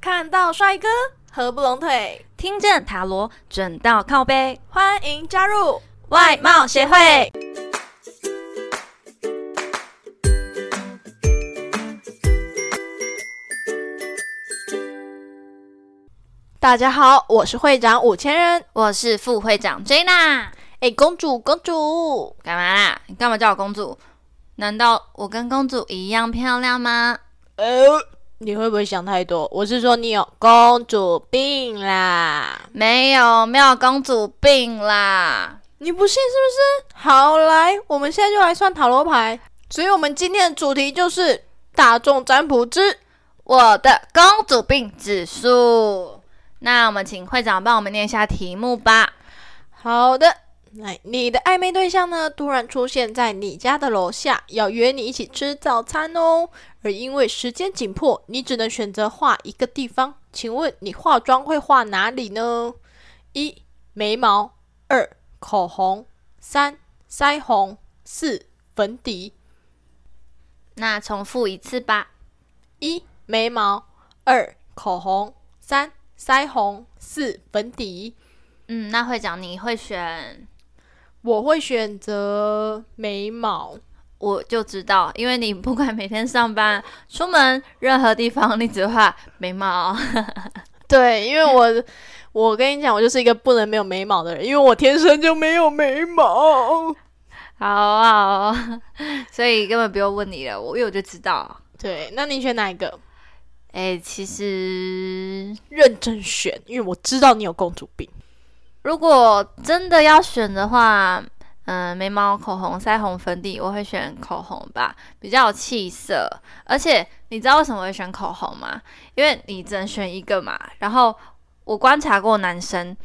看到帅哥合不拢腿，听见塔罗准到靠背，欢迎加入。外貌协会。大家好，我是会长五千人。我是副会长 Jenna。哎，公主，公主，干嘛啦？你干嘛叫我公主？难道我跟公主一样漂亮吗？呃，你会不会想太多？我是说你有公主病啦！没有，没有公主病啦。你不信是不是？好，来，我们现在就来算塔罗牌。所以我们今天的主题就是大众占卜之。我的公主病指数。那我们请会长帮我们念一下题目吧。好的，来，你的暧昧对象呢，突然出现在你家的楼下，要约你一起吃早餐哦。而因为时间紧迫，你只能选择画一个地方。请问你化妆会画哪里呢？一眉毛，二口红，三腮红，四粉底。那重复一次吧。一眉毛，二口红，三腮红，四粉底。嗯，那会长你会选？我会选择眉毛。我就知道，因为你不管每天上班、出门任何地方，你只画眉毛。对，因为我我跟你讲，我就是一个不能没有眉毛的人，因为我天生就没有眉毛。好啊，好啊 所以根本不用问你了，我因为我就知道。对，那你选哪一个？哎、其实认真选，因为我知道你有公主病。如果真的要选的话，嗯、眉毛、口红、腮红、粉底，我会选口红吧，比较有气色。而且你知道为什么会选口红吗？因为你只能选一个嘛。然后我观察过男生，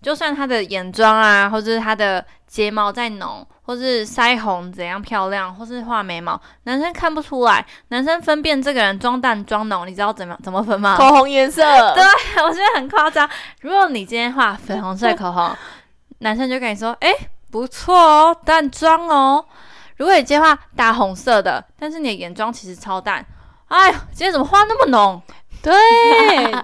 就算他的眼妆啊，或者是他的睫毛再浓，或是腮红怎样漂亮，或是画眉毛，男生看不出来。男生分辨这个人妆淡妆浓，你知道怎么怎么分吗？口红颜 色，对， 我觉得很夸张。如果你今天画粉红色 口红，男生就跟你说：“哎、不错哦，淡妆哦。”如果你今天画大红色的，但是你的眼妆其实超淡，哎呦，今天怎么画那么浓？对，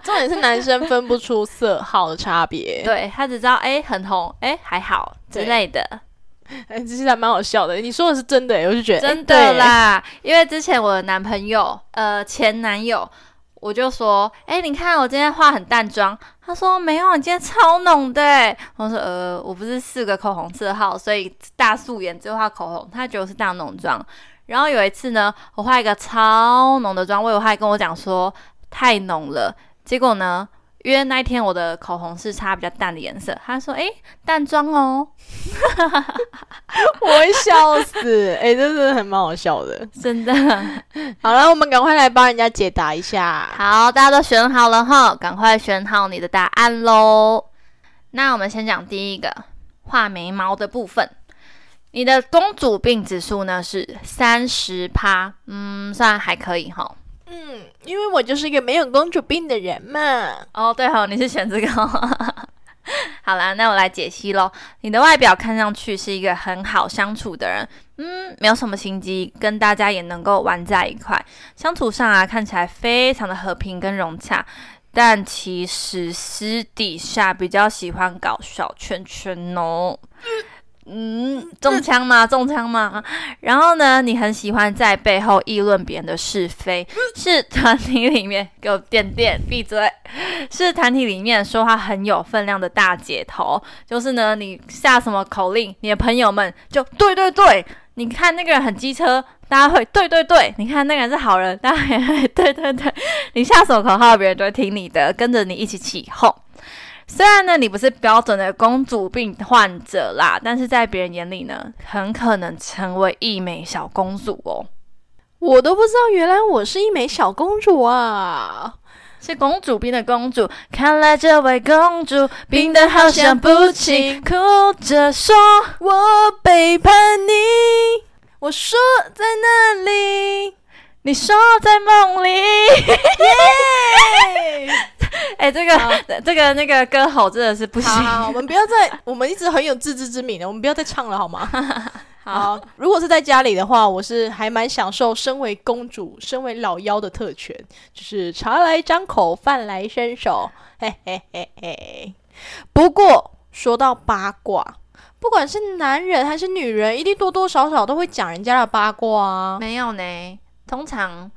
重点是男生分不出色号的差别， 对他只知道哎、很红，哎、还好之对类的，哎，其实还蛮好笑的。你说的是真的耶，欸我就觉得哎真的，啦。因为之前我的男朋友，呃，前男友。我就说，哎、你看我今天画很淡妆。他说没有，你今天超浓的欸。我说，呃，我不是四个口红色号，所以大素颜只画口红。他觉得我是大浓妆。然后有一次呢，我画一个超浓的妆，我有还跟我讲说太浓了。结果呢，因为那一天我的口红是擦比较淡的颜色，他说，哎、淡妆哦。对 我会笑死。哎，真的很蛮好笑的。真的 好了，我们赶快来帮人家解答一下。好，大家都选好了哈，赶快选好你的答案喽。那我们先讲第一个画眉毛的部分，你的公主病指数呢是三十趴，嗯，算还可以哈。嗯，因为我就是一个没有公主病的人嘛。哦，对哦，你是选这个、 哦。好啦，那我来解析喽。你的外表看上去是一个很好相处的人，嗯，没有什么心机，跟大家也能够玩在一块，相处上啊看起来非常的和平跟融洽，但其实私底下比较喜欢搞小圈圈哦。嗯，中枪吗？中枪吗？然后呢，你很喜欢在背后议论别人的是非，是团体里面给我垫垫，闭嘴。是团体里面说话很有分量的大姐头，就是呢，你下什么口令，你的朋友们就对对对。你看那个人很机车，大家会对对对；你看那个人是好人，大家也会对对对。你下什么口号，别人都会听你的，跟着你一起起哄。虽然呢，你不是标准的公主病患者啦，但是在别人眼里呢，很可能成为一枚小公主哦。我都不知道，原来我是一枚小公主啊！是公主病的公主，看来这位公主病得好像不轻，哭着说。我背叛你，我说在哪里？你说在梦里， 哎、这好个这个那个歌吼真的是不行。啊好好，我们不要再，我们一直很有自知之明的，我们不要再唱了好吗？好，好，如果是在家里的话，我是还蛮享受身为公主、身为老妖的特权，就是茶来张口，饭来伸手，嘿嘿嘿嘿。不过说到八卦，不管是男人还是女人，一定多多少少都会讲人家的八卦啊。没有呢。通常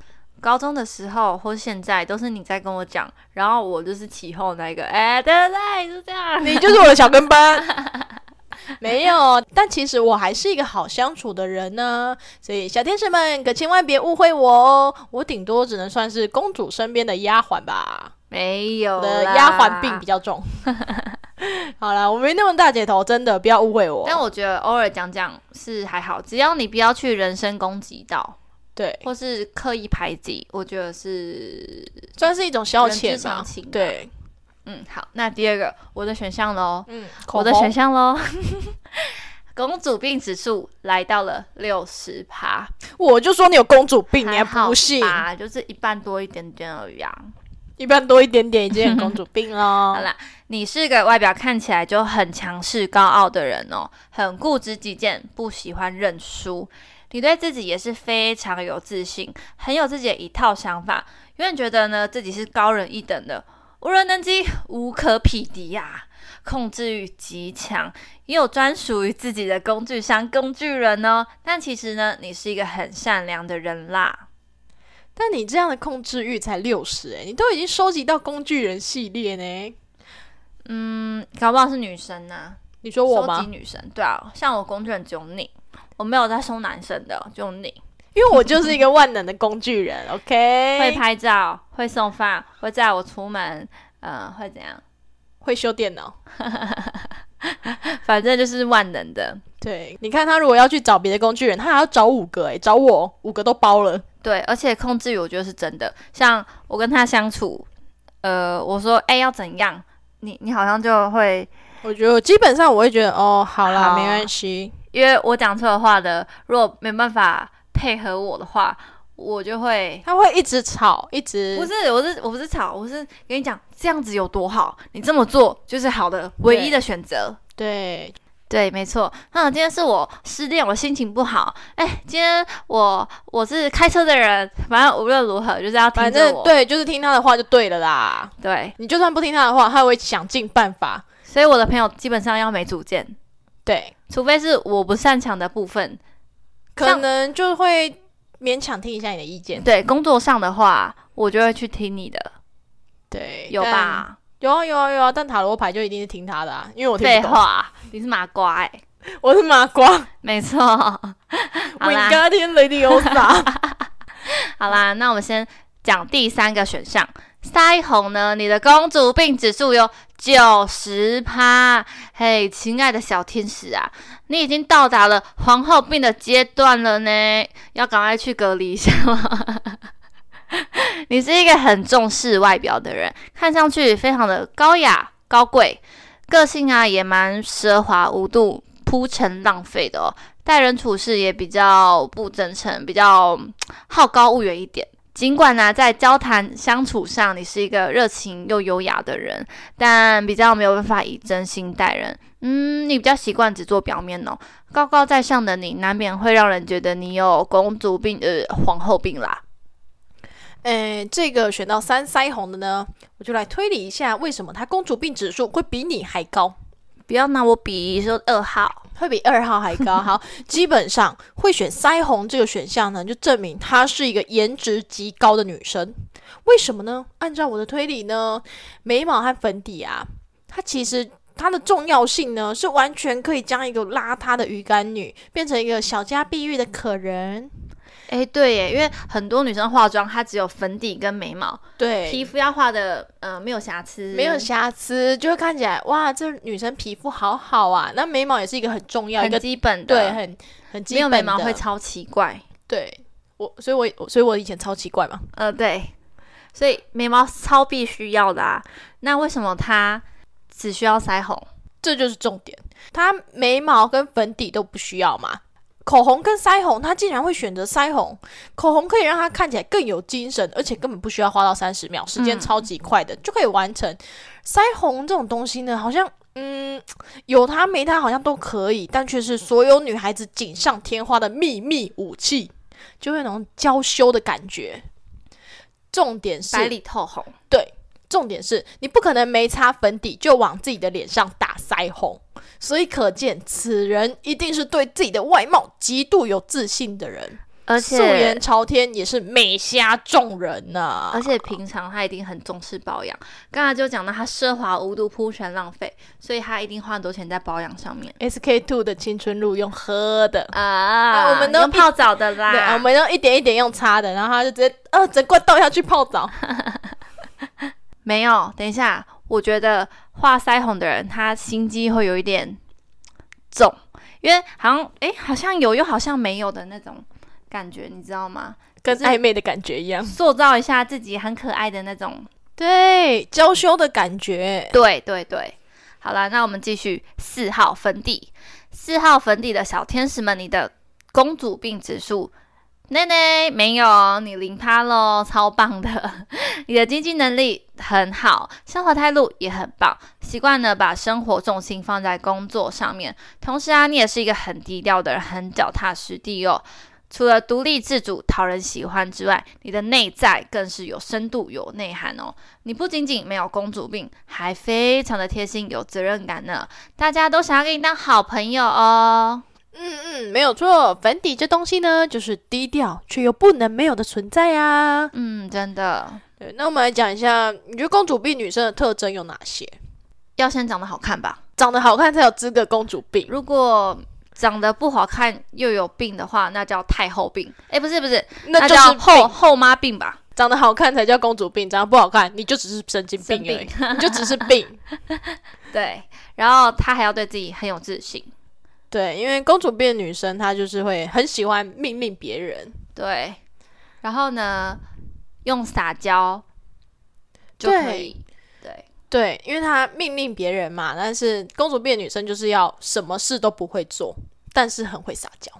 高中的时候或现在都是你在跟我讲，然后我就是起哄那个，哎、对对对，是 这样。你就是我的小跟班。 没有，但其实我还是一个好相处的人呢，所以小天使们可千万别误会我哦，我顶多只能算是公主身边的丫鬟吧。没有我啦的丫鬟病比较 重。好啦，我没那么大姐头，真的不要误会我。但我觉得偶尔讲讲是还好，只要你不要去人身攻击到，对，或是刻意排挤，我觉得是算是一种消人之遣常嘛情吧。啊对，嗯好。那第二个我的选项喽，嗯，我口的红选项喽， 公主病指数来到了六十趴，我就说你有公主病，你还还好不信？吧？就是一半多一点点而已啊。一般多一点点已经很公主病了好。啦，你是个外表看起来就很强势、高傲的人哦，很固执己见，不喜欢认输。你对自己也是非常有自信，很有自己的一套想法，永远觉得呢自己是高人一等的，无人能及，无可匹敌呀、控制欲极强，也有专属于自己的工具箱、工具人哦。但其实呢，你是一个很善良的人啦。但你这样的控制欲才六十哎，你都已经收集到工具人系列呢。嗯，搞不好是女生啊呢、你说我收集吗？女生，对啊，像我工具人只有你，我没有在收男生的，就你因为我就是一个万能的工具 人，OK？会拍照，会送饭，会载我出门，嗯、会怎样？会修电脑。反正就是万能的。对，你看他如果要去找别的工具人，他还要找五个哎，找我五个都包了。对，而且控制欲我觉得是真的。像我跟他相处，呃，我说哎、要怎样，你你好像就会，我觉得基本上我会觉得哦，好啦，好没关系。因为我讲错的话的，如果没办法配合我的话，我就会他会一直吵，一直不是，我是我不是吵，我是跟你讲这样子有多好，你这么做就是好的唯一的选择。对，对，没错。那今天是我失恋，我心情不好。哎，今天我我是开车的人，反正无论如何就是要听反着正我。对，就是听他的话就对了啦。对你就算不听他的话，他会想尽办法。所以我的朋友基本上要没主见，对，除非是我不擅长的部分。可能就会勉强听一下你的意见。对，工作上的话，我就会去听你的，对，有？吧？有啊，有啊，有啊。但塔罗牌就一定是听他的啊，因为我听废不懂。话，你是麻瓜哎、 我是麻瓜，没错。好我啦，家天雷迪欧 萨。好啦，那我们先讲第三个选项，腮红呢，你的公主病指数有九十趴。嘿，亲爱的小天使啊，你已经到达了皇后病的阶段了呢，要赶快去隔离一下了。 你是一个很重视外表的人，看上去非常的高雅高贵，个性啊也蛮奢华无度、铺陈浪费的哦。待人处事也比较不真诚，比较好高骛远一点。尽管呢、在交谈相处上，你是一个热情又优雅的人，但比较没有办法以真心待人。嗯，你比较习惯只做表面哦。高高在上的你，难免会让人觉得你有公主病，呃，皇后病啦。哎，这个选到三腮红的呢，我就来推理一下，为什么他公主病指数会比你还高？不要拿我比说二号，会比二号还高。好， 基本上会选腮红这个选项呢，就证明她是一个颜值极高的女生。为什么呢？按照我的推理呢，眉毛和粉底啊，它其实。它的重要性呢，是完全可以将一个邋遢的鱼干女变成一个小家碧玉的可人。诶，对耶，因为很多女生化妆，她只有粉底跟眉毛，皮对，肤要画的呃没有瑕疵，没有瑕疵，就会看起来哇，这女生皮肤好好啊。那眉毛也是一个很重要一很个，基本的，对，很很基没有本眉毛的会超奇怪。对我，所以我所以我以前超奇怪嘛。呃，对，所以眉毛超必须要的啊。那为什么它只需要腮红？这就是重点。她眉毛跟粉底都不需要嘛，口红跟腮红，她竟然会选择腮红。口红可以让她看起来更有精神，而且根本不需要花到三十秒，时间嗯超级快的、就可以完成。腮红这种东西呢，好像嗯，有他没他好像都可以，但却是所有女孩子锦上添花的秘密武器，就会有那种娇羞的感觉。重点是白里透红。对，重点是你不可能没擦粉底就往自己的脸上打腮红，所以可见此人一定是对自己的外貌极度有自信的人，而素且颜朝天也是美瞎众人呐、啊而且平常他一定很重视保养。刚才就讲到他奢华无度、铺全浪费，所以他一定花很多钱在保养上面 SK two 的青春露用喝的。啊。我们都用泡澡的啦，对，啊我们要一点一点用擦的，然后他就直接呃整罐倒下去泡 澡。没有。等一下，我觉得画腮红的人他心机会有一点重，因为好像诶，好像有又好像没有的那种感觉，你知道吗？跟是暧昧的感觉一样，塑造一下自己很可爱的那种对，娇羞的感觉。对对对，好啦，那我们继续四号粉底，四号粉底的小天使们，你的公主病指数。内内没有哦，你零趴喽，超棒的！ 你的经济能力很好，生活态度也很棒，习惯呢把生活重心放在工作上面。同时啊，你也是一个很低调的人，很脚踏实地哦。除了独立自主、讨人喜欢之外，你的内在更是有深度、有内涵哦。你不仅仅没有公主病，还非常的贴心、有责任感呢。大家都想要跟你当好朋友哦。嗯嗯，没有错，粉底这东西呢，就是低调却又不能没有的存在啊。嗯，真的，对，那我们来讲一下，你觉得公主病女生的特征有哪些？要先长得好看吧。长得好看才有资格公主病。如果长得不好看又有病的话，那叫太后病。哎，不是不是，那就叫是后后妈病吧？长得好看才叫公主病，长得不好看你就只是神经病生病而已，你就只是病。对，然后她还要对自己很有自信。对，因为公主病的女生她就是会很喜欢命令别人，对，然后呢，用撒娇就可对以。对，对，因为她命令别人嘛。但是公主病的女生就是要什么事都不会做，但是很会撒娇，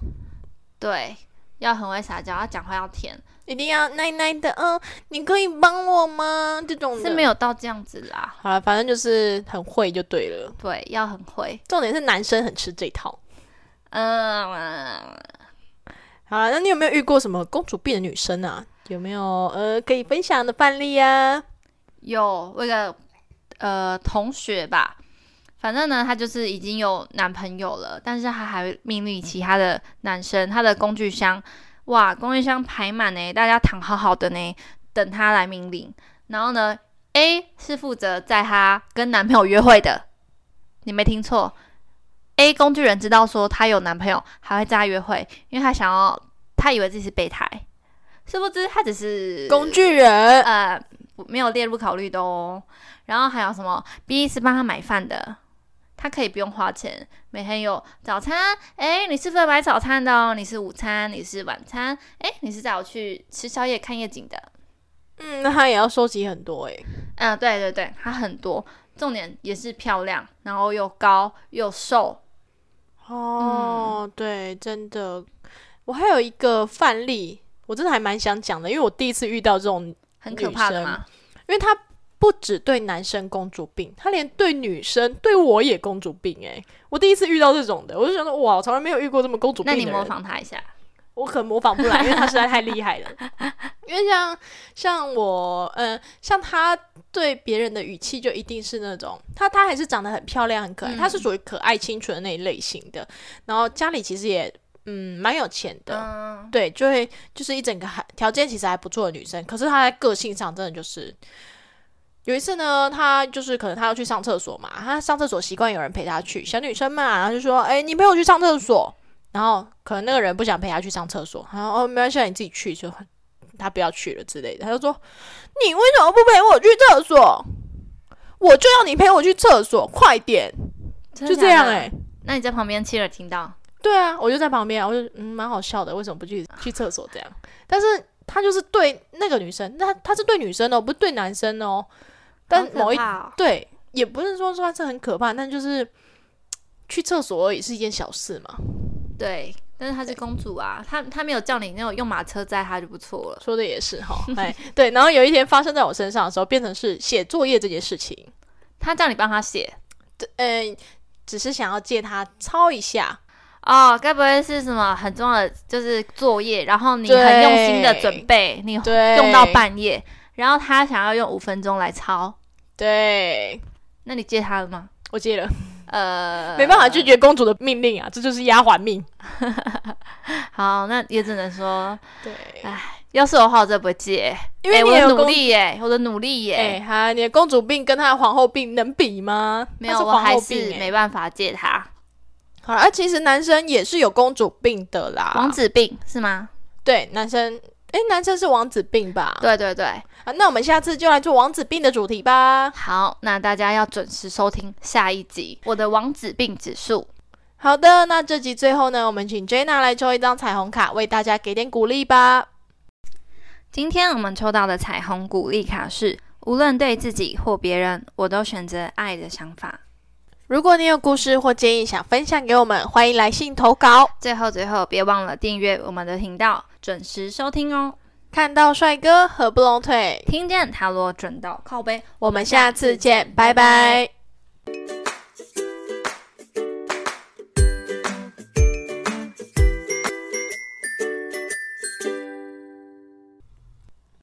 对，要很会撒娇，要讲话要甜，一定要奶奶的，嗯，你可以帮我吗？这种的是没有到这样子啦。好了，反正就是很会就对了。对，要很会。重点是男生很吃这套。嗯，好了，那你有没有遇过什么公主病的女生啊？有没有呃可以分享的范例啊？有那个呃同学吧，反正呢，她就是已经有男朋友了，但是她还命令其他的男生，她的工具箱，哇，工具箱排满呢，大家躺好好的呢，等她来命令。然后呢，A 是负责在她跟男朋友约会的，你没听错。A 工具人知道说她有男朋友，还会在她约会，因为她想要，她以为自己是备胎，殊不知她只是工具人，呃不没有列入考虑的哦。然后还有什么 B 是帮他买饭的，他可以不用花钱，每天有早餐，诶，你是负责买早餐的哦，你是午餐，你是晚餐，诶，你是带我去吃宵夜看夜景的。嗯，那她也要收集很多欸诶、嗯、对对对，她很多，重点也是漂亮，然后又高又瘦，哦，对，真的，我还有一个范例，我真的还蛮想讲的，因为我第一次遇到这种，因很可怕的女生嘛。为她不只对男生公主病，她连对女生对我也公主病诶、我第一次遇到这种的，我就想说哇，我从来没有遇过这么公主病的那人。你模仿她一下，我可能模仿不来，因为他实在太厉 害了。因为像像我，嗯、像他对别人的语气就一定是那种，他他还是长得很漂亮、很可爱，嗯他是属于可爱清纯的那一类型的。然后家里其实也嗯蛮有钱的，嗯，对，就会就是一整个还条件其实还不错的女生，可是她在个性上真的就是。有一次呢，她就是可能她要去上厕所嘛，她上厕所习惯有人陪她去，小女生嘛，然后就说：“哎、你陪我去上厕所。”然后可能那个人不想陪她去上厕所，然后哦，没关系，你自己去，就她不要去了之类的。她就说：“你为什么不陪我去厕所？我就要你陪我去厕所，快点！”真的就这样假的哎、那你在旁边亲耳听到，对啊，我就在旁边啊，我就嗯，蛮好笑的，为什么不去去厕所这样？ 但是他就是对那个女生，那他是对女生哦，不是对男生哦。但好可某一怕哦对也不是说算是很可怕，但就是去厕所而已是一件小事嘛。对，但是她是公主啊，她她没有叫你那种用马车载她就不错了。说的也是 哈，哎，对。然后有一天发生在我身上的时候，变成是写作业这件事情。他叫你帮他写，嗯、只是想要借他抄一下。哦，该不会是什么很重要的就是作业，然后你很用心的准备，你对，用到半夜，然后他想要用五分钟来抄，对，那你借他了吗？我借了，呃，没办法拒绝公主的命令啊，这就是丫鬟命。好，那也只能说，对，要是我的话，我真的不会借。因为哎你我也的有努公，力耶，我的努力耶，哎哈、你的公主病跟她的皇后病能比吗？没她有，是我皇还后是病、哎。没办法借他。好了，啊其实男生也是有公主病的啦。王子病是吗？对男生，哎、男生是王子病吧？对对对，啊，那我们下次就来做王子病的主题吧。好，那大家要准时收听下一集我的王子病指数。好的，那这集最后呢，我们请 Jenna 来抽一张彩虹卡，为大家给点鼓励吧。今天我们抽到的彩虹鼓励卡是：无论对自己或别人，我都选择爱的想法。如果你有故事或建议想分享给我们，欢迎来信投稿。最后最后，别忘了订阅我们的频道，准时收听哦。看到帅哥合不拢腿，听见塔罗准到靠背，我们下次见，拜拜。